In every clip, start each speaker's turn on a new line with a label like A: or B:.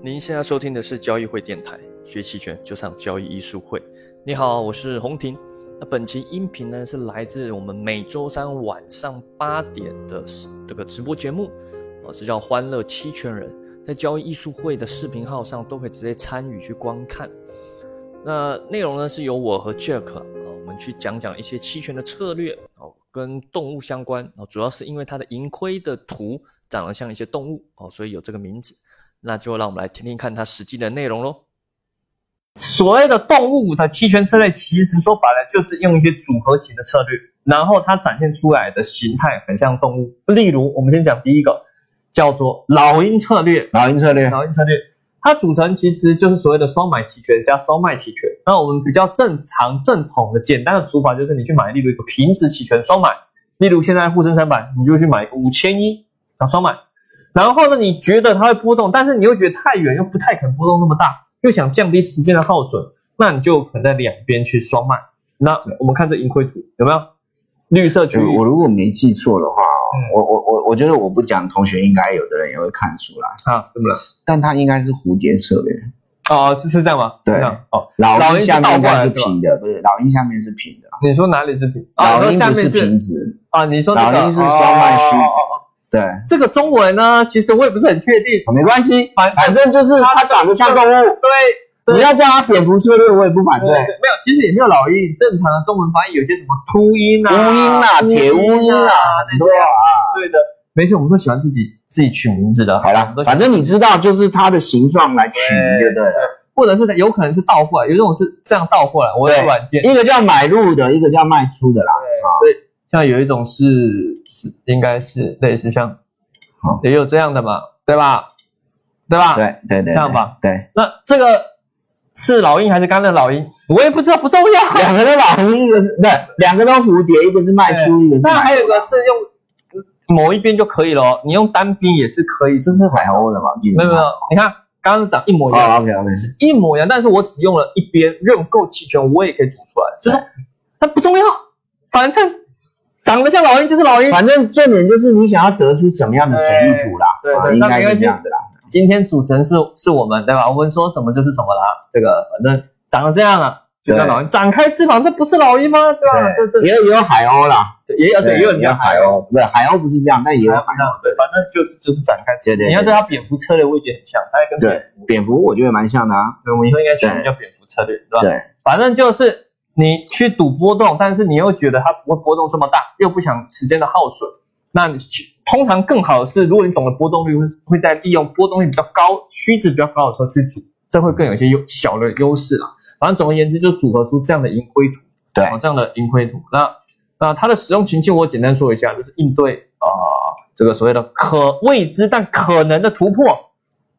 A: 您现在收听的是交易会电台，学期权就上交易艺术会。你好，我是洪婷。那本期音频呢是来自我们每周三晚上八点的这个直播节目，啊，这叫欢乐期权人，在交易艺术会的视频号上都可以直接参与去观看。那内容呢是由我和 Jack 啊，我们去讲讲一些期权的策略哦，跟动物相关哦，主要是因为它的盈亏的图长得像一些动物哦，所以有这个名字。那就让我们来听听看它实际的内容喽。
B: 所谓的动物的期权策略，其实说白了就是用一些组合型的策略，然后它展现出来的形态很像动物。例如，我们先讲第一个，叫做老鹰策略。
C: 老鹰策略，
B: 老鹰策略，它组成其实就是所谓的双买期权加双卖期权。那我们比较正常、正统的、简单的除法就是你去买，例如一个平值期权双买，例如现在沪深三百，你就去买个五千一，啊双买。然后呢，你觉得它会波动，但是你又觉得太远，又不太可能波动那么大，又想降低时间的耗损，那你就可能在两边去双卖。那我们看这盈亏图有没有绿色区域？
C: 我如果没记错的话哦，
B: 嗯
C: 我我我我觉得我不讲，同学应该有的人也会看出来，
B: 啊，怎么了？
C: 但它应该是蝴蝶策略，
B: 哦，是是这样吗？
C: 对
B: 是这样哦，
C: 老鹰下面应该
B: 老鹰是倒过来是
C: 是
B: 吧
C: 平的，不是老鹰下面是平的，
B: 你说哪里是平？啊，
C: 老
B: 你
C: 鹰
B: 说下
C: 不
B: 面
C: 平直，
B: 啊，你说那个
C: 老鹰是双脉虚指
B: 哦哦哦哦
C: 对，
B: 这个中文呢，其实我也不是很确定。
C: 没关系，
B: 反
C: 反正就是它长得像动物，
B: 对对
C: 你要叫它蝙蝠策略，我也不反
B: 对，
C: 对，
B: 没有，其实也没有老鹰正常的中文翻译，有些什么秃鹰啊、
C: 乌鹰啊，铁乌鹰啊，很多啊，
B: 对的，没事，我们都喜欢自己自己取名字的。
C: 好
B: 我
C: 了
B: 们都，喜
C: 反
B: 欢
C: 正你知道就是它的形状来取名就对了，
B: 或者是有可能是倒过来，有一种是这样倒过来，我有
C: 对
B: 软件，
C: 一个叫买入的，一个叫卖出的啦，
B: 所以像有一种是是应该是类似像
C: 好，
B: 也有这样的嘛，对吧？对吧？。
C: 对对对，对
B: 啊这样吧，
C: 对，
B: 那这个是老鹰还是干的老鹰？我也不知道，不重要。
C: 两个都老鹰，一个是不是两个都蝴蝶，一个是卖出，一个是
B: 那
C: 买
B: 还有一个是用某一边就可以了哦，你用单边也是可以。
C: 这是海鸥的吧？记得
B: 没有没有，你看刚刚长一模一样，
C: 哦，OK OK，
B: 是一模一样，但是我只用了一边，认购期权我也可以组出来，就是说它不重要，反正长得像老鹰就是老鹰。
C: 反正重点就是你想要得出什么样的水域图啦，
B: 对对
C: 啊
B: 对
C: 应
B: 那没
C: 该
B: 关
C: 是
B: 系
C: 这样的啦。
B: 今天主持人是是我们对吧？我们说什么就是什么啦，这个反正长得这样了。就叫
C: 对
B: 老鹰展开翅膀，这不是老鹰吗？对吧？这
C: 也
B: 这
C: 有也有海鸥啦，
B: 也有对也有人
C: 有
B: 家
C: 海
B: 海鸥，
C: 鸥，对，海鸥不是这样，但也有
B: 对，
C: 海
B: 反正对，反正就是就是展开
C: 对
B: 翅
C: 对
B: 膀。
C: 对
B: 你要对它蝙蝠策略，我也觉得很像，它也跟
C: 对
B: 蝙蝠
C: 鸥。蝙蝠我觉得蛮像的啊，
B: 对，我们以后应该取名叫蝙蝠策略，对吧？
C: 对，
B: 反正就是你去赌波动，但是你又觉得它不会波动这么大，又不想时间的耗损，那你去通常更好的是，如果你懂得波动率，会会在利用波动率比较高、虚值比较高的时候去组，这会更有一些优小的优势啦。反正总而言之，就组合出这样的盈亏图，
C: 对
B: 哦这样的盈亏图。那那它的使用情境，我简单说一下，就是应对啊、呃这个所谓的可未知但可能的突破。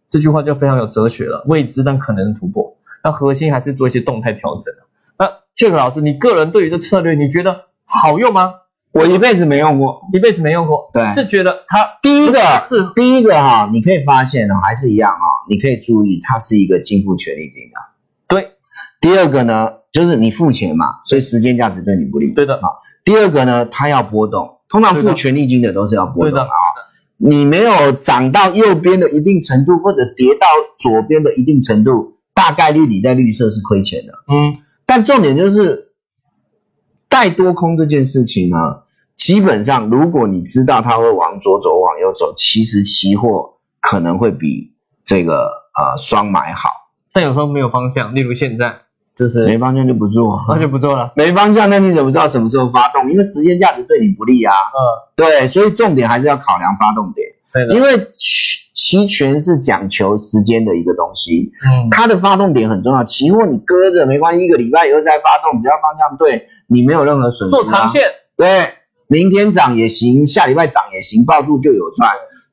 B: 这句话就非常有哲学了，未知但可能的突破。那核心还是做一些动态调整。啊那 Jack 老师，你个人对于这策略，你觉得好用吗？
C: 我一辈子没用过。
B: 一辈子没用过，
C: 对
B: 是觉得它
C: 第一个
B: 是
C: 第一个哈，你可以发现哦，还是一样啊，你可以注意它是一个净付权利金啊。
B: 对
C: 第二个呢，就是你付钱嘛，所以时间价值对你不利。
B: 对的，
C: 第二个呢，它要波动，通常
B: 对
C: 付
B: 的
C: 权利金的都是要波
B: 对
C: 动
B: 的
C: 啊。，你没有涨到右边的一定程度，或者跌到左边的一定程度，大概率你在绿色是亏钱的。
B: 嗯，
C: 但重点就是，带多空这件事情呢，啊基本上如果你知道它会往左走、往右走，其实期货可能会比这个呃双买好，
B: 但有时候没有方向，例如现在就是
C: 没方向就不做 啊。
B: 完全不做了，
C: 没方向，那你怎么知道什么时候发动？因为时间价值对你不利啊。
B: 嗯，
C: 对，所以重点还是要考量发动点，
B: 对的，
C: 因为期期权是讲求时间的一个东西，
B: 嗯，
C: 它的发动点很重要。期货你搁着没关系，一个礼拜以后再发动，只要方向对，你没有任何损失、啊。
B: 做长线，
C: 对，明天涨也行，下礼拜涨也行，抱住就有赚。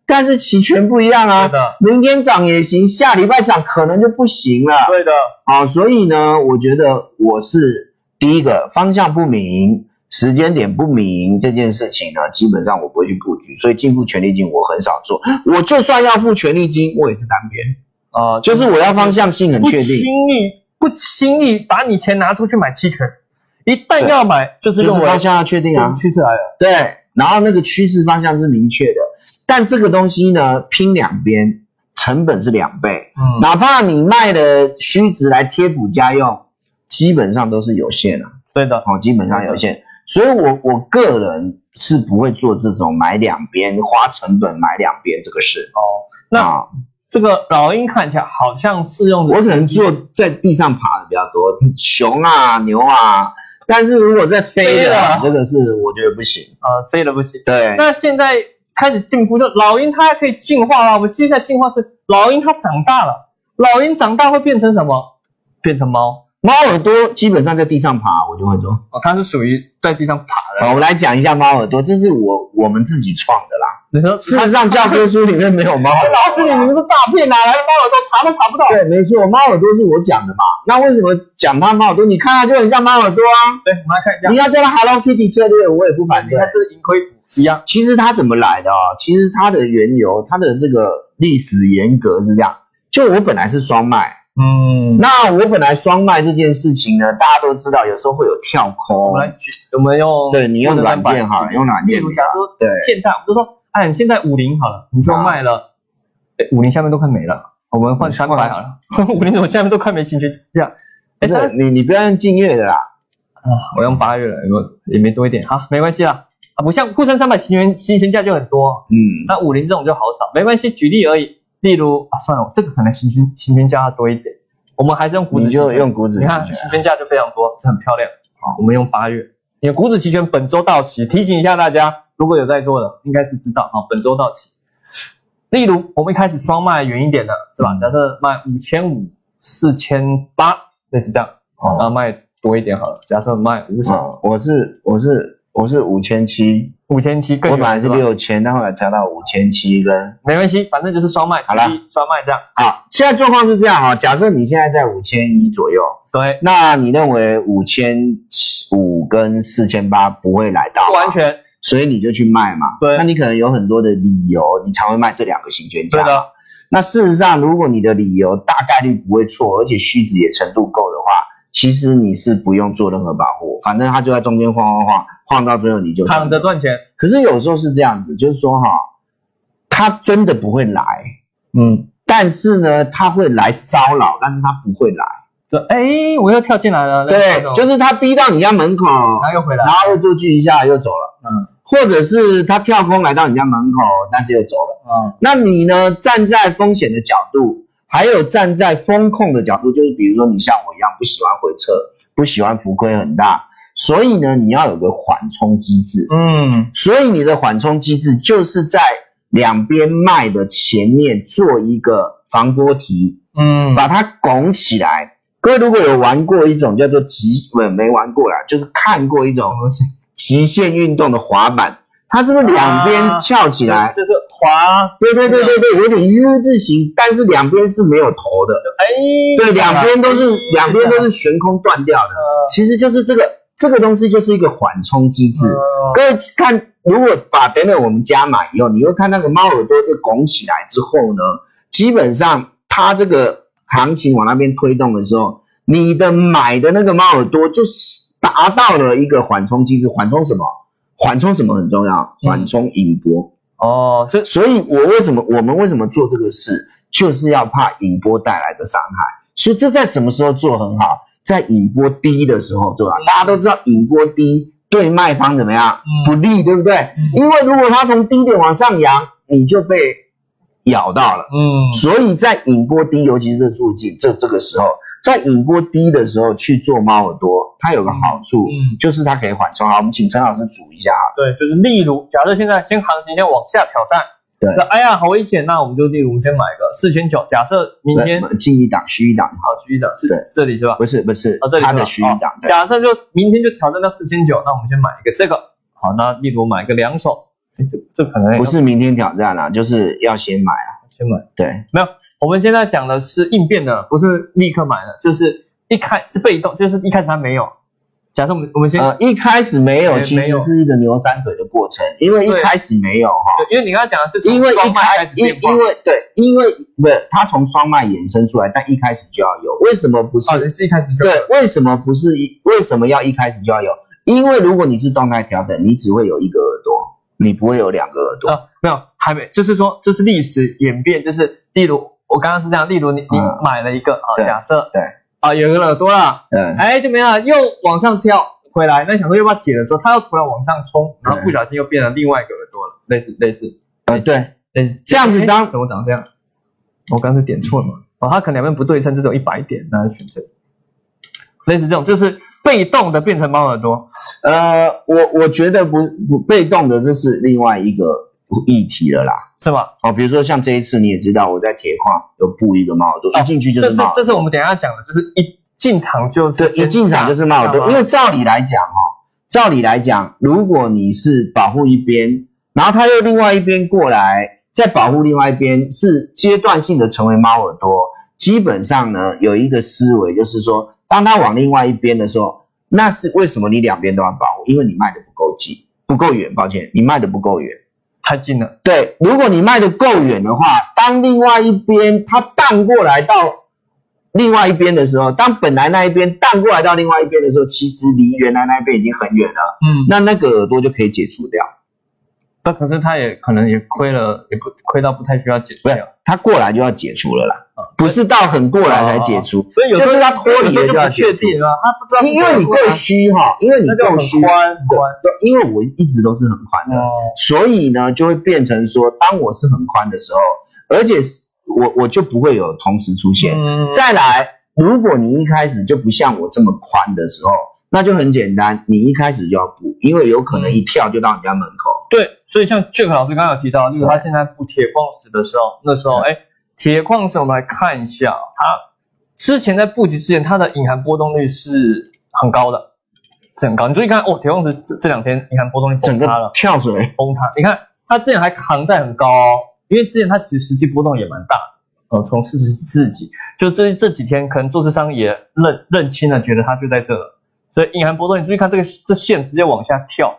C: 但是期权不一样
B: 对
C: 啊，
B: 的，
C: 明天涨也行，下礼拜涨可能就不行了。
B: 对的，
C: 好，所以呢，我觉得我是第一个方向不明，时间点不明这件事情呢，基本上我不会去布局，所以净付权利金我很少做。我就算要付权利金，我也是单边，
B: 啊，
C: 就是我要方向性很
B: 不
C: 确定，
B: 轻易不轻易把你钱拿出去买期权，一旦要买就是
C: 就
B: 认
C: 是
B: 为
C: 方向要确定啊
B: 就是。趋势来了，
C: 对，然后那个趋势方向是明确的，但这个东西呢，拼两边，成本是两倍，
B: 嗯，
C: 哪怕你卖的虚值来贴补家用，基本上都是有限的、啊，
B: 对的，
C: 哦，基本上有限。所以我我个人是不会做这种买两边花成本买两边这个事。
B: 哦，那
C: 啊、
B: 这个老鹰看起来好像适用的，
C: 我可能坐在地上爬的比较多，熊啊牛啊，但是如果在飞的啊，
B: 飞的
C: 这个是我觉得不行。
B: 呃飞了不行。
C: 对，
B: 那现在开始进步，就老鹰它可以进化了。我们接下来进化是老鹰它长大了，老鹰长大会变成什么？变成猫
C: 猫耳朵基本上在地上爬，我就会做。
B: 哦，它是属于在地上爬的。
C: 好，我们来讲一下猫耳朵，这是我我们自己创的啦。
B: 你 说
C: 事实上，教科书里面没有猫耳 朵。
B: 老死你！你们是诈骗，哪来的猫耳朵？查都查不到。
C: 对，没错，猫耳朵是我讲的嘛。那为什么讲它猫耳朵？你看它就很像猫耳朵啊。
B: 对，我们来看一
C: 你
B: 下，
C: 要叫它 Hello Kitty 策略，我也不反
B: 你
C: 对。
B: 看这是盈亏图一样。
C: 其实它怎么来的啊？其实它的缘由，它的这个历史严格是这样：就我本来是双脉，
B: 嗯，
C: 那我本来双脉这件事情呢，大家都知道，有时候会有跳
B: 我
C: 空。
B: 们来举，我们用
C: 对你用软件好了，用软
B: 例
C: 件。嗯
B: 如，假如说
C: 对，
B: 现在，我们就说，哎，你现在五零好了，你说卖了，哎五零下面都快没了，我们换三百好了。 五零我下面都快没兴趣，这样。
C: 不
B: 哎，三
C: 是你你不要用静月的啦。
B: 啊，我用八月了，我也没多一点，好，没关系啦。啊，不像沪深三百行权行权价就很多，
C: 嗯，
B: 那五零这种就好少，没关系，举例而已。例如啊，算了，这个可能行权行权价要多一点，我们还是用股指
C: 你
B: 期权。
C: 就用股指
B: 你看
C: 期权
B: 行权价就非常多，这很漂亮。好，我们用八月，因为股指期权本周到期，提醒一下大家，如果有在做的，应该是知道啊，本周到期。例如，我们一开始双卖远一点的是吧？
C: 嗯
B: 假设卖五千五、四千八，类似这样，
C: 哦
B: 那啊卖多一点好了。假设卖五十、
C: 啊，我是我是我是五千七，
B: 五千七，更
C: 我
B: 远
C: 本来是
B: 吧，
C: 六千，但后来调到五千七跟。
B: 没关系，反正就是双卖，
C: 好啦
B: 举例双卖这样。
C: 好，现在状况是这样啊，假设你现在在五千一左右，
B: 对，
C: 那你认为五千五跟四千八不会来到，
B: 不完，全
C: 所以你就去卖嘛。
B: 对
C: 那你可能有很多的理由，你才会卖这两个行权
B: 对
C: 价。
B: 的，
C: 那事实上，如果你的理由大概率不会错，而且虚值也程度够的话，其实你是不用做任何保护，反正它就在中间晃晃晃，晃到最后你就
B: 躺着赚钱。
C: 可是有时候是这样子，就是说哈，他真的不会来，
B: 嗯，
C: 但是呢，他会来骚扰，但是他不会来。
B: 这哎，我又跳进来了，
C: 对，就是是他逼到你家门口，
B: 然后又回来
C: 然，后又坐聚一下又走了，
B: 嗯
C: 或者是他跳空来到你家门口，但是又走了。
B: 啊，
C: 那你呢，站在风险的角度，还有站在风控的角度，就是比如说你像我一样不喜欢回撤，不喜欢浮亏很大，所以呢，你要有个缓冲机制。
B: 嗯，
C: 所以你的缓冲机制就是在两边卖的前面做一个防波堤，
B: 嗯，
C: 把它拱起来。各位如果有玩过一种叫做极，不没玩过啦，就是看过一种
B: 什么东西？
C: 极限运动的滑板，它是不是两边翘起来？
B: 就是滑，
C: 对对对对对，有点 U 字形，但是两边是没有头的，
B: 哎，
C: 对，两边都是
B: 哎
C: 两边都是悬空断掉的。
B: 呃
C: 其实就是这个这个东西就是一个缓冲机制。
B: 呃
C: 各位看，如果把等等我们加满以后，你又看那个猫耳朵这拱起来之后呢，基本上它这个行情往那边推动的时候，你的买的那个猫耳朵就是达到了一个缓冲机制。缓冲什么？缓冲什么很重要？
B: 嗯
C: 缓冲引波。
B: 哦，这
C: 所以我为什么我们为什么做这个事，就是要怕引波带来的伤害。所以这在什么时候做很好？在引波低的时候，对吧？大家都知道引波低对卖方怎么样
B: 嗯
C: 不利，对不对？因为如果它从低点往上扬，你就被咬到了。
B: 嗯
C: 所以在引波低，尤其是这附近这这个时候，在引波低的时候去做猫耳朵，它有个好处，
B: 嗯，
C: 就是它可以缓冲。好，我们请陈老师煮一下啊。
B: 对，就是例如，假设现在先行情先往下挑战，
C: 对
B: 那哎呀好危险，那我们就例如我们先买个四千九，假设明天
C: 来进一档，虚一档，
B: 好虚的是
C: 对
B: 是这里是吧？
C: 不是不是
B: 哦，这，里
C: 它
B: 是吧
C: 的虚一档
B: 哦。
C: 对
B: 假设就明天就挑战到四千九，那我们先买一个这个，好，那例如买个两手，哎，这这可能也
C: 不是明天挑战啦、就是要先买啊。
B: 先买。
C: 对，
B: 我们现在讲的是应变的，不是立刻买的，就是一开是被动，就是一开始它没有。假设我们我们先，
C: 呃，一开始没有，
B: 对
C: 其
B: 哎没有
C: 实是一个牛三腿的过程，因为一
B: 对
C: 开始没有哈，
B: 对因为你刚才讲的是从
C: 因为一
B: 双麦
C: 开
B: 始
C: 因
B: 变化，
C: 因为对，因为不是它从双脉衍生出来，但一开始就要有，为什么不是？
B: 哦，你是一开始就
C: 对，为什么不是一？为什么要一开始就要有？因为如果你是动态调整，你只会有一个耳
B: 哦呃
C: 朵，你不会有两个耳朵。
B: 啊、没有还没，就是说这是历史演变，就是例如我刚刚是这样，例如你你
C: 嗯
B: 买了一个啊，
C: 对
B: 假设
C: 对
B: 啊有一个耳朵了，
C: 嗯，
B: 哎怎么样又往上跳回来，那想说要不要解的时候，它又突然往上冲，然后不小心又变成另外一个耳朵了，类似类似
C: 呃，对，
B: 类似
C: 这样子
B: 哎
C: 当
B: 怎么长嗯这样？我刚才点错了嘛？哦，它可能两边不对称，这种一百点，那就选这个，类似这种就是被动的变成猫耳朵，
C: 呃，我我觉得不不被动的，这是另外一个议题了啦。
B: 是吧？
C: 哦，比如说像这一次你也知道，我在铁矿有布一个猫耳朵，
B: 哦
C: 一进去就
B: 这
C: 是
B: 是
C: 猫耳
B: 这
C: 朵，
B: 是我们等一下讲的，就是一进场就是
C: 对，一进场就是猫耳朵。因为照理来讲，哈，照理来讲，如果你是保护一边，然后它又另外一边过来，再保护另外一边，是阶段性的成为猫耳朵。基本上呢，有一个思维就是说，当它往另外一边的时候，那是为什么你两边都要保护？因为你卖的不够近，不够远，抱歉，你卖的不够远。
B: 太近了，
C: 对，如果你卖的够远的话，当另外一边它荡过来到另外一边的时候，当本来那一边荡过来到另外一边的时候，其实离原来那一边已经很远了，
B: 嗯，
C: 那那个耳朵就可以解除掉。
B: 那可是他也可能也亏了，也不亏到不太需要解释
C: 不是
B: 掉。，
C: 它过来就要解除了啦，不是到很过来才解除，
B: 所以有时候
C: 就是他脱离
B: 有时
C: 了就
B: 候就不
C: 要解
B: 确
C: 释
B: 定了，他不知道
C: 因为你够虚哈，因为你
B: 那就
C: 够
B: 很
C: 虚，
B: 宽很宽
C: 对，因为我一直都是很宽的，
B: 哦，
C: 所以呢，就会变成说，当我是很宽的时候，而且是我我就不会有同时出现。
B: 嗯，
C: 再来，如果你一开始就不像我这么宽的时候，那就很简单，你一开始就要补，因为有可能一跳就到你家门口。
B: 对，所以像 Jack 老师刚刚有提到，就是他现在布铁矿石的时候，那时
C: 嗯
B: 候哎，铁矿石我们来看一下，它之前在布局之前，它的隐含波动率是很高的，是很高。你注意看，哦，铁矿石这这两天隐含波动率
C: 整
B: 崩
C: 个
B: 塌嗯了，
C: 跳水，
B: 崩塌。你看它之前还扛在很高、哦，因为之前它其实实际波动也蛮大的，呃，从四十四几，就这这几天可能做市商也认认清了，觉得它就在这了，所以隐含波动，你注意看这个这线直接往下跳。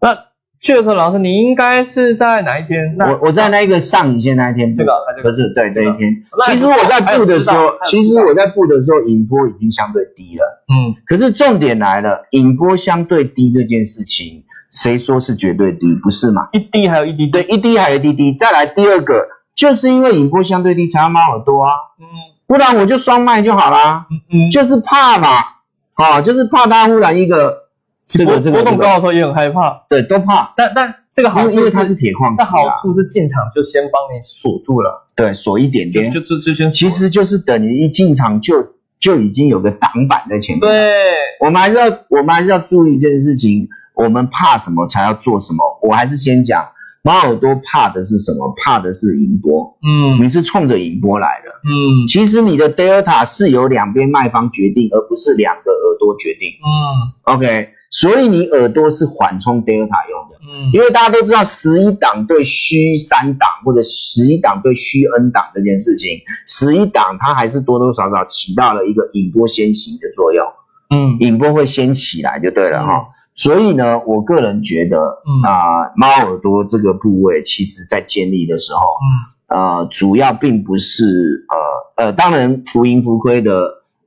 B: 那雀克老师，你应该是在哪一天？那
C: 我我在那个上影线那一天
B: 这个还是
C: 不是对这一天
B: 那。
C: 其实我在布的时
B: 还有
C: 候
B: 知道，
C: 其实我在布的时候，引波已经相对低了。
B: 嗯，
C: 可是重点来了，引波相对低这件事情，谁说是绝对低？不是嘛？
B: 一滴还有一滴，
C: 对，，一低还有低低。再来第二个，就是因为引波相对低才要猫耳朵啊，
B: 嗯
C: 不然我就双卖就好啦。
B: 嗯嗯，
C: 就是怕嘛，啊、就是怕它忽然一个这
B: 波
C: 个这个
B: 波动
C: 这个
B: 高的时候也很害怕，
C: 对，都怕，
B: 但但这个
C: 因
B: 好
C: 为因
B: 处
C: 为它是铁矿石
B: 这好
C: 啊，
B: 处是进场就先帮你锁住了，
C: 对，锁一点
B: 就
C: 点
B: 就，就就先锁
C: 其实就是等于一进场就就已经有个挡板在前面。，
B: 对。
C: 我们还是要我们还是要注意一件事情，我们怕什么才要做什么。我还是先讲，猫耳朵怕的是什么？怕的是银波，
B: 嗯
C: 你是冲着银波来的。
B: 嗯
C: 其实你的 delta 是由两边卖方决定，而不是两个耳朵决定。
B: 嗯
C: OK，所以你耳朵是缓冲 delta 用的，
B: 嗯
C: 因为大家都知道十一档对虚三档或者十一档对虚 n 档这件事情，十一档它还是多多少少起到了一个引波先行的作用，
B: 嗯
C: 引波会先起来就对了哈、所以呢，我个人觉得
B: 嗯
C: 啊、猫耳朵这个部位，其实在建立的时候，
B: 嗯
C: 呃，主要并不是呃呃，当然浮盈浮亏的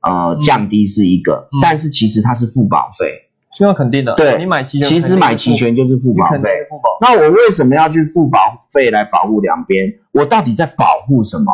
C: 呃
B: 嗯
C: 降低是一个，
B: 嗯
C: 但是其实它是付保费，
B: 这个肯定的。
C: 对
B: 你买期权，
C: 其实买期，权就是付
B: 你
C: 保
B: 肯定
C: 费。
B: 是付保。
C: 那我为什么要去付保费来保护两边？我到底在保护什么？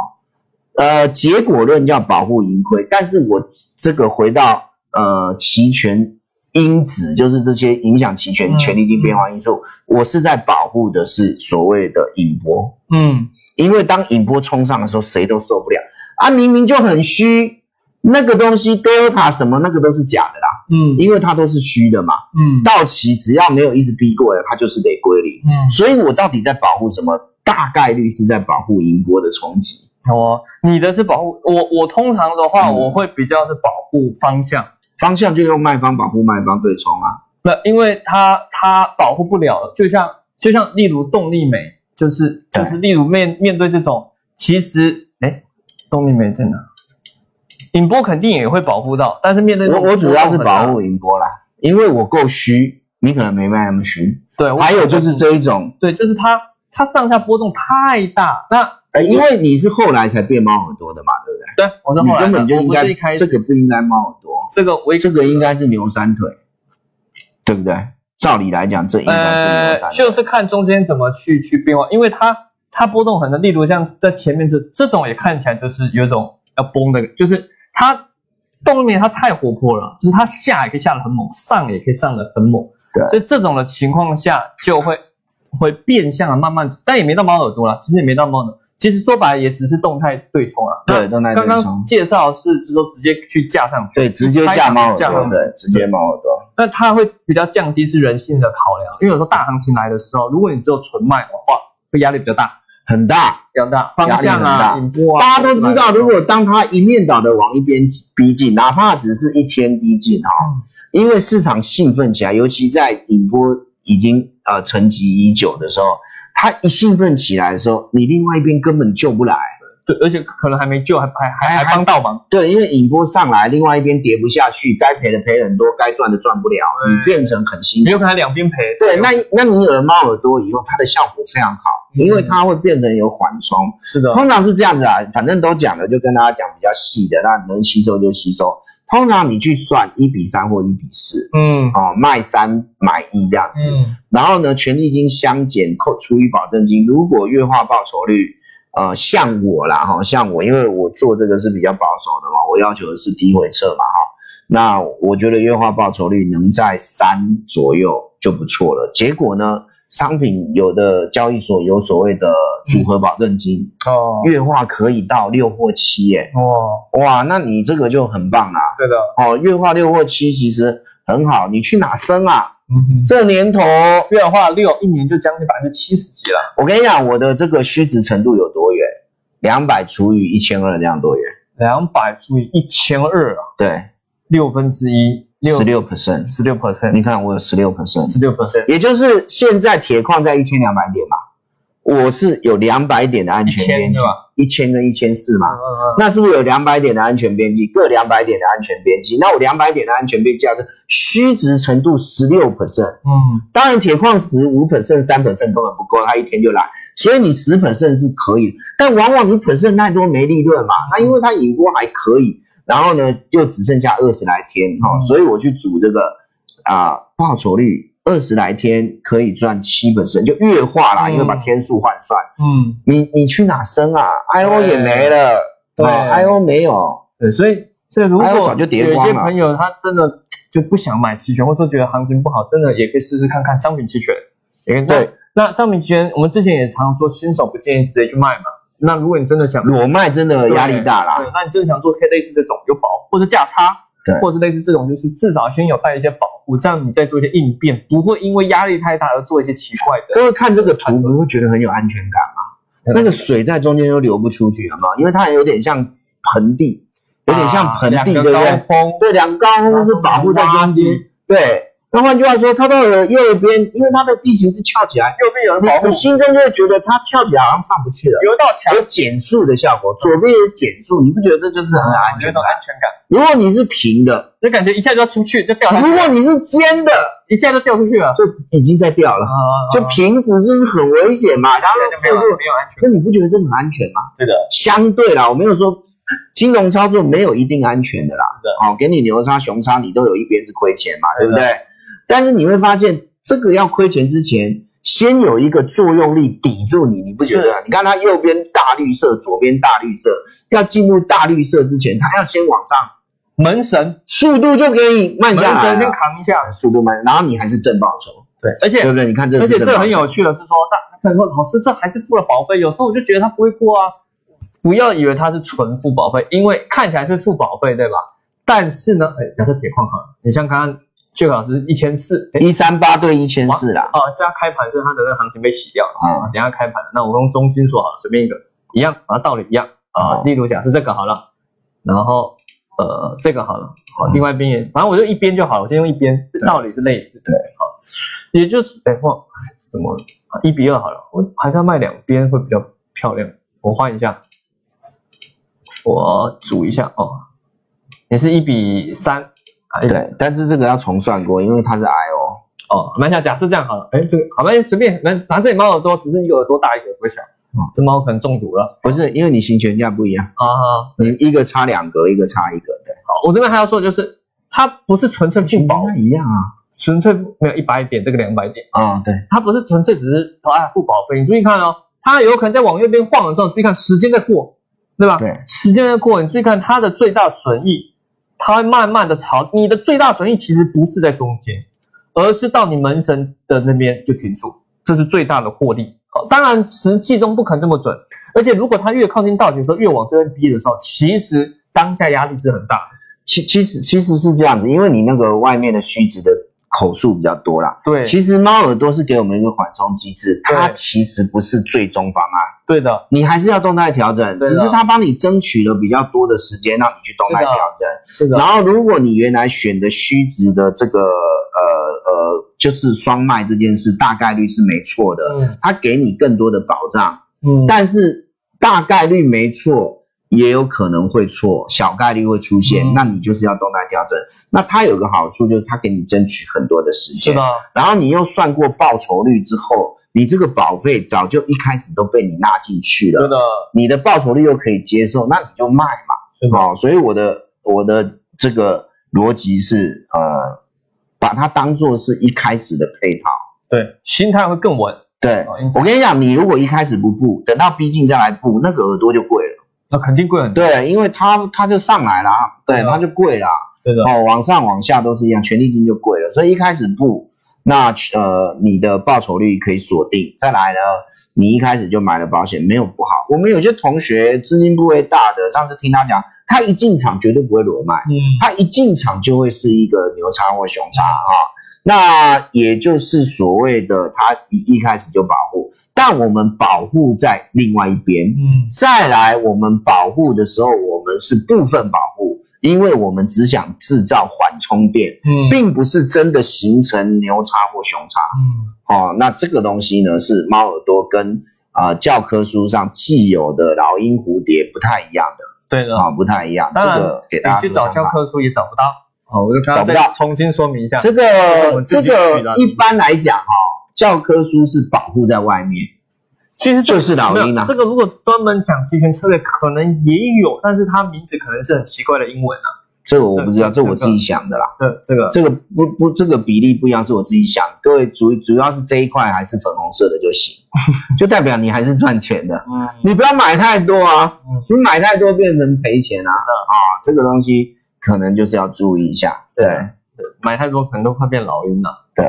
C: 呃，结果论叫保护盈亏，但是我这个回到呃期权因子，就是这些影响期权
B: 嗯
C: 权利金变化因素，我是在保护的是所谓的引波。
B: 嗯
C: 因为当引波冲上的时候，谁都受不了啊！明明就很虚，那个东西 delta 什么那个都是假的啦，
B: 嗯
C: 因为它都是虚的嘛。
B: 嗯
C: 到期只要没有一直逼过来，它就是得归零。
B: 嗯，
C: 所以我到底在保护什么？大概率是在保护银波的冲击。
B: 哦，你的是保护我，我通常的话，
C: 嗯
B: 我会比较是保护方向。
C: 方向就用卖方保护卖方对冲啊，
B: 那因为它它保护不了了，就像就像例如动力美，就是
C: 对
B: 就是例如面面对这种，其实哎，动力美在哪？引波肯定也会保护到，但是面对这
C: 我
B: 种
C: 我主要
B: 波动
C: 是
B: 很大
C: 保护银波啦，因为我够虚，你可能没卖那么虚。
B: 对，我
C: 还有就
B: 保
C: 是
B: 护
C: 这一种，
B: 对，就是它它上下波动太大。那
C: 呃，因为你是后来才变猫耳朵的嘛，对不对？
B: 对我是
C: 你
B: 后来
C: 根
B: 的，
C: 本就
B: 我
C: 应
B: 不是一
C: 该
B: 开
C: 这
B: 始
C: 个不应该猫耳朵，
B: 这个我一
C: 这个应该是牛三腿，对不对？照理来讲，这应该是牛
B: 呃
C: 三腿。
B: 就是看中间怎么去去变化，因为它它波动很大。例如像在前面这这种也看起来就是有一种要崩的，就是它动力它太活泼了，就是它下也可以下得很猛，上也可以上得很猛。
C: 对
B: 所以这种的情况下就会会变相的慢慢，但也没到猫耳朵啦，其实也没到猫耳朵。其实说白了也只是动态对冲啊。
C: 对动态对冲
B: 刚刚介绍是只说直接去架上去，
C: 对，直接
B: 拍
C: 架
B: 上
C: 猫耳
B: 去架
C: 朵，
B: 上去
C: 对，直接猫耳朵，
B: 那它会比较降低是人性的考量，因为有时候大行情来的时候，如果你只有纯卖的话，会压力比较大，
C: 很大。
B: 比较大，
C: 压力
B: 方向
C: 很大
B: 啊、引波啊，
C: 大家都知道，
B: 都是来的
C: 如果当它一面倒的往一边逼近，哪怕只是一天逼近哈、
B: 嗯
C: 因为市场兴奋起来，尤其在引波已经呃沉寂已久的时候，它一兴奋起来的时候，你另外一边根本救不来。
B: 对，而且可能还没救，还还还
C: 还
B: 还帮倒忙，
C: 对，因为引波上来，另外一边跌不下去，该赔的赔很多，该赚的赚不了，
B: 嗯
C: 你变成很辛苦
B: 你。有可能还两边赔。
C: 对，那那你有了猫耳朵以后，它的效果非常好，
B: 嗯
C: 因为它会变成有缓冲。
B: 是的，
C: 通常是这样子啊，反正都讲了，就跟大家讲比较细的，那能吸收就吸收。通常你去算一比三或一比四，
B: 嗯
C: 哦，卖三买一这样子。
B: 嗯，
C: 然后呢，权利金相减扣除以保证金，如果月化报酬率，呃，像我啦哈，像我，因为我做这个是比较保守的嘛，我要求的是低回撤嘛哈。那我觉得月化报酬率能在三左右就不错了。结果呢，商品有的交易所有所谓的组合保证金，
B: 哦
C: 月化可以到六或七耶，
B: 哦，
C: 哇，那你这个就很棒啦、
B: 对的，
C: 哦，月化六或七其实很好，你去哪升啊？
B: 嗯哼，
C: 这年头
B: 月的话六一年就将近百分之七十几了，
C: 我跟你讲，我的这个虚值程度有多远？两百除以一千二这样多远？
B: 两百除以一千二啊，
C: 对，
B: 六分之一，六
C: 十六 percent。
B: 十六 percent，
C: 你看我有十六 percent，
B: 十六 percent，
C: 也就是现在铁矿在一千两百点嘛，我是有两百点的安全
B: 1000
C: 边际
B: 对吧，
C: 一千跟一千四
B: 嗯
C: 嘛。
B: 嗯嗯，
C: 那是不是有两百点的安全边际，各两百点的安全边际？那我两百点的安全边际是虚值程度十六 percent，
B: 嗯
C: 当然铁矿石五 percent、三 percent 根本不够，它一天就来，所以你十 percent 是可以，但往往你 percent 太多没利润嘛，那因为它引波还可以，然后呢又只剩下二十来天哈、哦
B: 嗯
C: 所以我去组这个啊、报酬率二十来天可以赚七 percent，就月化啦，
B: 嗯
C: 因为把天数换算。
B: 嗯。
C: 你你去哪升啊？I O
B: 对
C: 也没了，哦
B: 对
C: ，I O 没有，
B: 对，所以所以如果
C: 哎我
B: 有
C: 早就跌光了
B: 一些朋友他真的就不想买期权，或者说觉得行情不好，真的也可以试试看看商品期权。也可以
C: 对，
B: 那那商品期权我们之前也常说新手不建议直接去卖嘛。那如果你真的想，
C: 裸卖真的压力大
B: 对
C: 啦。，
B: 那你真的想做类似这种有保或是价差，
C: 对
B: 或者是类似这种，就是至少先有带一些保护，这样你再做一些应变，不会因为压力太大而做一些奇怪的。
C: 各位看这个图，不会觉得很有安全感吗？
B: 嗯
C: 那个水在中间都流不出去，好吗？因为它有点像盆地，有点像盆地，
B: 啊
C: 对不
B: 两个高
C: 对？
B: 峰，
C: 对，两个高峰是保护在中间
B: 两个高峰。
C: 对，那换句话说，它到了右边，因为它的地形是翘起来，
B: 右边有人保护
C: 我，心中就会觉得它翘起来好像上不去了，
B: 有一道墙，
C: 有减速的效果，左边有减速，你不觉得这就是很安
B: 有一
C: 全
B: 种
C: 感？
B: 安全感，
C: 如果你是平的，
B: 就感觉一下就要出去，就掉下去
C: 如果你是尖的，
B: 一下就掉出去了，
C: 就已经在掉了，
B: 啊
C: 就平直就是很危险嘛，然后
B: 哦就没
C: 速
B: 有
C: 度，
B: 没有安全
C: 那你不觉得这很安全吗？
B: 对的，
C: 相对啦，我没有说金融操作没有一定安全的啦。
B: 是的
C: 好、给你牛叉熊叉，你都有一边是亏钱嘛，对不
B: 对
C: 对？但是你会发现，这个要亏钱之前，先有一个作用力抵住你，你不觉得啊？你看它右边大绿色，左边大绿色，要进入大绿色之前，它要先往上，
B: 门神
C: 速度就可以慢
B: 门
C: 下来
B: 神先
C: 了，
B: 扛一下，
C: 速度慢，然后你还是正报酬，
B: 对，而且
C: 对不对？你看这个
B: 而
C: 是
B: 且
C: 正报酬，
B: 这很有趣的是说，大可能说老师这还是付了保费，有时候我就觉得他不会过啊，不要以为他是纯付保费，因为看起来是付保费对吧？但是呢，哎，假设铁矿好了，你像刚刚俊老师一千四，哎，
C: 一三八对一千四啦，
B: 哦，这样开盘是他的那个行情被洗掉了，
C: 啊、
B: 等一下开盘了，那我用中金说好了，随便一个一样，啊，道理一样啊
C: 哦。
B: 例如假设这个好了，然后呃这个好了，好，
C: 嗯
B: 另外一边也，反正我就一边就好了，我先用一边，道理是类似的。
C: 对，
B: 好，也就是哎我怎么啊一比二好了，我还是要卖两边会比较漂亮。我换一下，我组一下哦，你是一比三啊，一比
C: 对，但是这个要重算过，因为它是 I O。
B: 哦，蛮想假设这样好了，哎，这个好吧，随便，拿拿这里猫耳朵，只是一个耳朵大，一个耳朵小，
C: 嗯
B: 这猫可能中毒了
C: 不是，因为你行权价不一样，
B: 啊。好
C: 你一个差两格，一个差一格，对，
B: 我这边还要说的就是，它不是纯粹付保，
C: 一样啊。
B: 纯粹没有一百点，这个两百点，
C: 啊、对，
B: 它不是纯粹只是啊付保费。你注意看哦，它有可能在往右边晃了之后，你注意看时间在过，对吧？
C: 对
B: 时间在过，你注意看它的最大损益，它会慢慢的朝你的最大损益其实不是在中间，而是到你门神的那边就停住，这是最大的获利。好当然实际中不可能这么准，而且如果它越靠近到底的时候，越往这边逼的时候，其实当下压力是很大的。
C: 其其实其实是这样子，因为你那个外面的虚值的口数比较多啦。
B: 对，
C: 其实猫耳朵是给我们一个缓冲机制，它
B: 对
C: 其实不是最终方案，
B: 对的，
C: 你还是要动态调整，
B: 对的
C: 只是它帮你争取了比较多的时间让你去动态
B: 是的
C: 调整。
B: 是啊的
C: 然，后，如果你原来选的虚值的这个呃呃，就是双卖这件事，大概率是没错的，
B: 嗯
C: 它给你更多的保障，
B: 嗯，
C: 但是大概率没错，也有可能会错，小概率会出现，
B: 嗯
C: 那你就是要动态调整。那它有个好处就是它给你争取很多的时
B: 是
C: 间
B: 的，，
C: 然后你又算过报酬率之后，你这个保费早就一开始都被你纳进去
B: 对
C: 了，
B: 的，
C: 你的报酬率又可以接受，那你就卖嘛。
B: 是的，
C: 哦，所以我的我的这个逻辑是呃，把它当做是一开始的配套。
B: 对，心态会更稳。
C: 对
B: 哦因，此
C: 我跟你讲，你如果一开始不布，等到逼近再来布，那个耳朵就贵了。
B: 那肯定贵很多。
C: 对，因为它它就上来啦，对，
B: 对啊
C: 它就贵啦。
B: 对的，
C: 哦，往上往下都是一样，权利金就贵了。所以一开始布，那呃，你的报酬率可以锁定。再来呢，你一开始就买了保险，没有不好。我们有些同学资金部位大的，上次听他讲，他一进场绝对不会裸卖。
B: 嗯，
C: 它一进场就会是一个牛叉或熊叉啊、那也就是所谓的它一一开始就保护，但我们保护在另外一边。
B: 嗯，
C: 再来，我们保护的时候，我们是部分保护，因为我们只想制造缓冲垫，
B: 嗯，
C: 并不是真的形成牛叉或熊叉。
B: 嗯，
C: 哦，那这个东西呢是猫耳朵跟啊、呃教科书上既有的老鹰蝴蝶不太一样的
B: 对的。
C: 啊、不太一样。这
B: 当然
C: 个给大
B: 你
C: 家
B: 去
C: 做
B: 找
C: 参考
B: 教科书也找不到。哦，我就
C: 找
B: 刚刚
C: 不
B: 再
C: 到
B: 重新说明一下。
C: 这
B: 我
C: 个
B: 们自
C: 这
B: 己取
C: 个
B: 的
C: 一般来讲哈、教科书是保护在外面，
B: 其实这个
C: 就是老鹰
B: 没有
C: 啊
B: 这个如果专门讲期权策略，可能也有，但是它名字可能是很奇怪的英文啊。
C: 这个我不知道，
B: 这
C: 这
B: 这
C: 我自己想的啦。
B: 这这个，
C: 这个不不，这个比例不一样，是我自己想。各位主主要是这一块还是粉红色的就 行，就代表你还是赚钱的。
B: 嗯，
C: 你不要买太多啊
B: 嗯，
C: 你买太多变成赔钱啊啊，这个东西可能就是要注意一下。
B: 对买太多可能都快变老鹰了。
C: 对，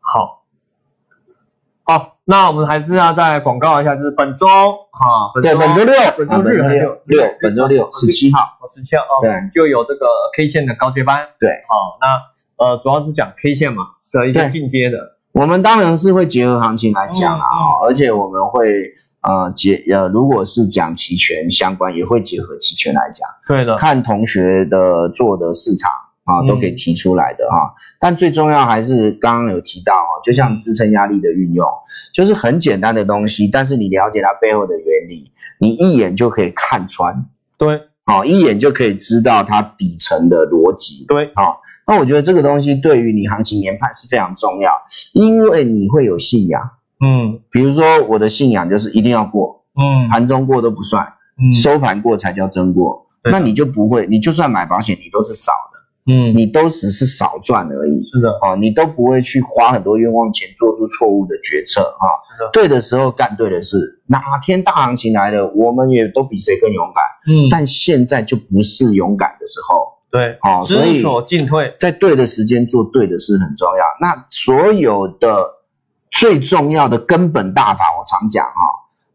B: 好，好，那我们还是要再广告一下，就是本周啊，本
C: 对，
B: 周
C: 本周六，
B: 本
C: 啊
B: 周日还是有
C: 六，本周六十七号。
B: 我是这样哦，
C: 对
B: 就有这个 K 线的高阶班，
C: 对
B: 好，那呃主要是讲 K 线嘛的一些
C: 对
B: 进阶的，
C: 我们当然是会结合行情来讲啦、
B: 嗯嗯
C: 哦而且我们会呃结呃，如果是讲期权相关，也会结合期权来讲，
B: 对的，
C: 看同学的做的市场啊，
B: 嗯
C: 都给提出来的啊、但最重要还是刚刚有提到哦，就像支撑压力的运用，就是很简单的东西，但是你了解它背后的原理，你一眼就可以看穿
B: 对
C: 哦，一眼就可以知道它底层的逻辑。
B: 对，
C: 啊、那我觉得这个东西对于你行情研判是非常重要，因为你会有信仰。
B: 嗯
C: 比如说我的信仰就是一定要过，
B: 嗯
C: 盘中过都不算，
B: 嗯
C: 收盘过才叫真过。
B: 对的
C: 那你就不会，你就算买保险，你都是少的，
B: 嗯，
C: 你都只是少赚而已。
B: 是的，
C: 哦，你都不会去花很多冤枉钱做出错误的决策啊、
B: 是的
C: 对的时候干对的事，哪天大行情来了，我们也都比谁更勇敢。
B: 嗯
C: 但现在就不是勇敢的时候
B: 对，
C: 哦，所以
B: 知所进退，
C: 在对的时间做对的事很重要。那所有的最重要的根本大法，我常讲哈、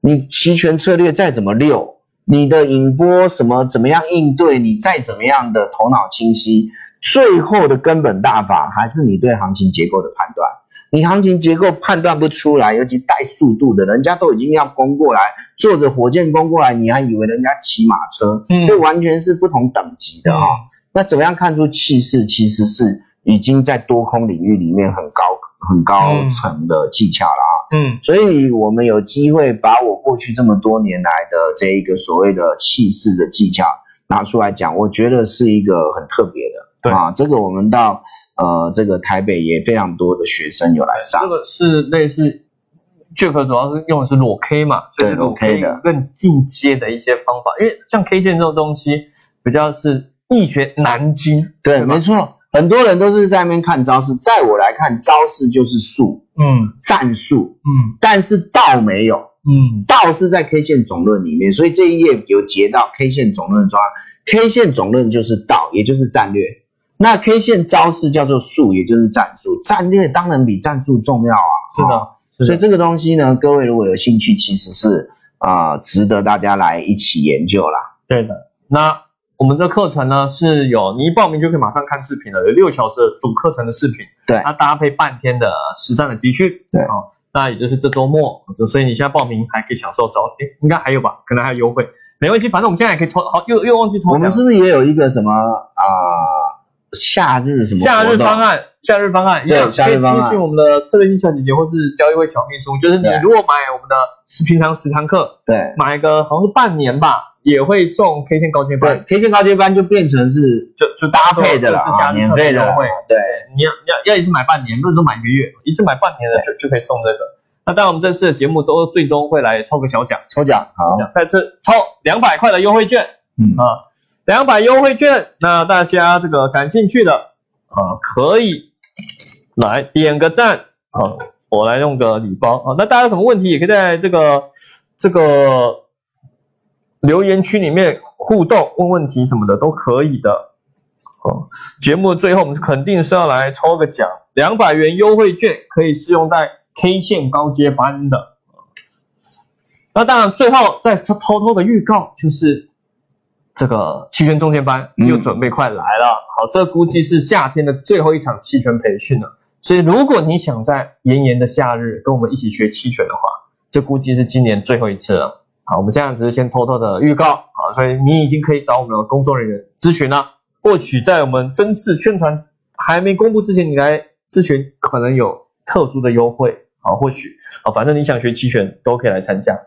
C: 你期权策略再怎么溜，你的引波什么怎么样应对，你再怎么样的头脑清晰，最后的根本大法还是你对行情结构的判断。你行情结构判断不出来，尤其带速度的，人家都已经要攻过来，坐着火箭攻过来，你还以为人家骑马车，
B: 嗯
C: 这完全是不同等级的啊、那怎么样看出气势？其实是已经在多空领域里面很高很高层的技巧了啊。
B: 嗯
C: 所以我们有机会把我过去这么多年来的这一个所谓的气势的技巧拿出来讲，我觉得是一个很特别的。
B: 对
C: 啊，这个我们到呃这个台北也非常多的学生有来上
B: 这。个是类似。Jack 主要是用的是裸 K 嘛，所
C: 对
B: 以是
C: 裸
B: 裸
C: K 的
B: 更进阶的一些方法，因为像 K 线这种东西比较是一学难精，
C: 对，
B: 对吧
C: 没错，很多人都是在那边看招式，在我来看，招式就是术
B: 嗯
C: 战术，
B: 嗯
C: 但是道没有。
B: 嗯，
C: 道是在 K 线总论里面，所以这一页有截到 K 线总论抓，K 线总论就是道，也就是战略。那 K 线招式叫做术，也就是战术。战略当然比战术重要啊。
B: 是的
C: 哦，
B: 是
C: 所以
B: 的，
C: 这个东西呢，各位如果有兴趣，其实是啊、呃值得大家来一起研究啦。
B: 对的。那我们这课程呢是有，你一报名就可以马上看视频了，有六小时的主课程的视频，
C: 对
B: 它搭配半天的呃实战的集训，
C: 对
B: 哦，那也就是这周末，哦所以你现在报名还可以享受招，诶应该还有吧，可能还有优惠，没关系，反正我们现在也可以抽，好，又又忘记抽
C: 我
B: 奖
C: 们
B: 了。
C: 是不是也有一个什么啊、呃夏日什么
B: 夏日
C: 活动
B: 方案，夏日方案，一
C: 对
B: 样
C: 夏
B: 可以
C: 日方案
B: 咨询我们的策略性小姐姐或是交易会小秘书，就是你
C: 对
B: 如果买我们的是平常十堂课，
C: 对
B: 买个好像是半年吧，也会送 K 线高阶
C: 对
B: 班，
C: ，K 线高阶班就变成是
B: 就就
C: 搭配的了
B: 就是夏
C: 啊，
B: 日
C: 免
B: 特别
C: 费的
B: 优
C: 啦
B: 惠。
C: 对。
B: 你要你要要一次买半年，不是说买一个月，一次买半年的就就可以送这个。那当然，我们这次的节目都最终会来抽个小奖，
C: 抽奖好，
B: 再次抽两百块的优惠券。
C: 嗯
B: 啊，两百优惠券，那大家这个感兴趣的啊，可以来点个赞啊，我来弄个礼包啊。那大家有什么问题也可以在这个这个留言区里面互动，问问题什么的都可以的。哦，节目最后我们肯定是要来抽个奖，两百元优惠券可以适用在 K 线高阶班的。哦那当然，最后再偷偷的预告，就是这个期权中间班
C: 嗯
B: 又准备快来了。好，这估计是夏天的最后一场期权培训了。所以，如果你想在炎炎的夏日跟我们一起学期权的话，这估计是今年最后一次了。好，我们现在只是先偷偷的预告啊，所以你已经可以找我们的工作人员咨询了。或许在我们正式宣传还没公布之前，你来咨询可能有特殊的优惠啊，或许啊，反正你想学期权都可以来参加。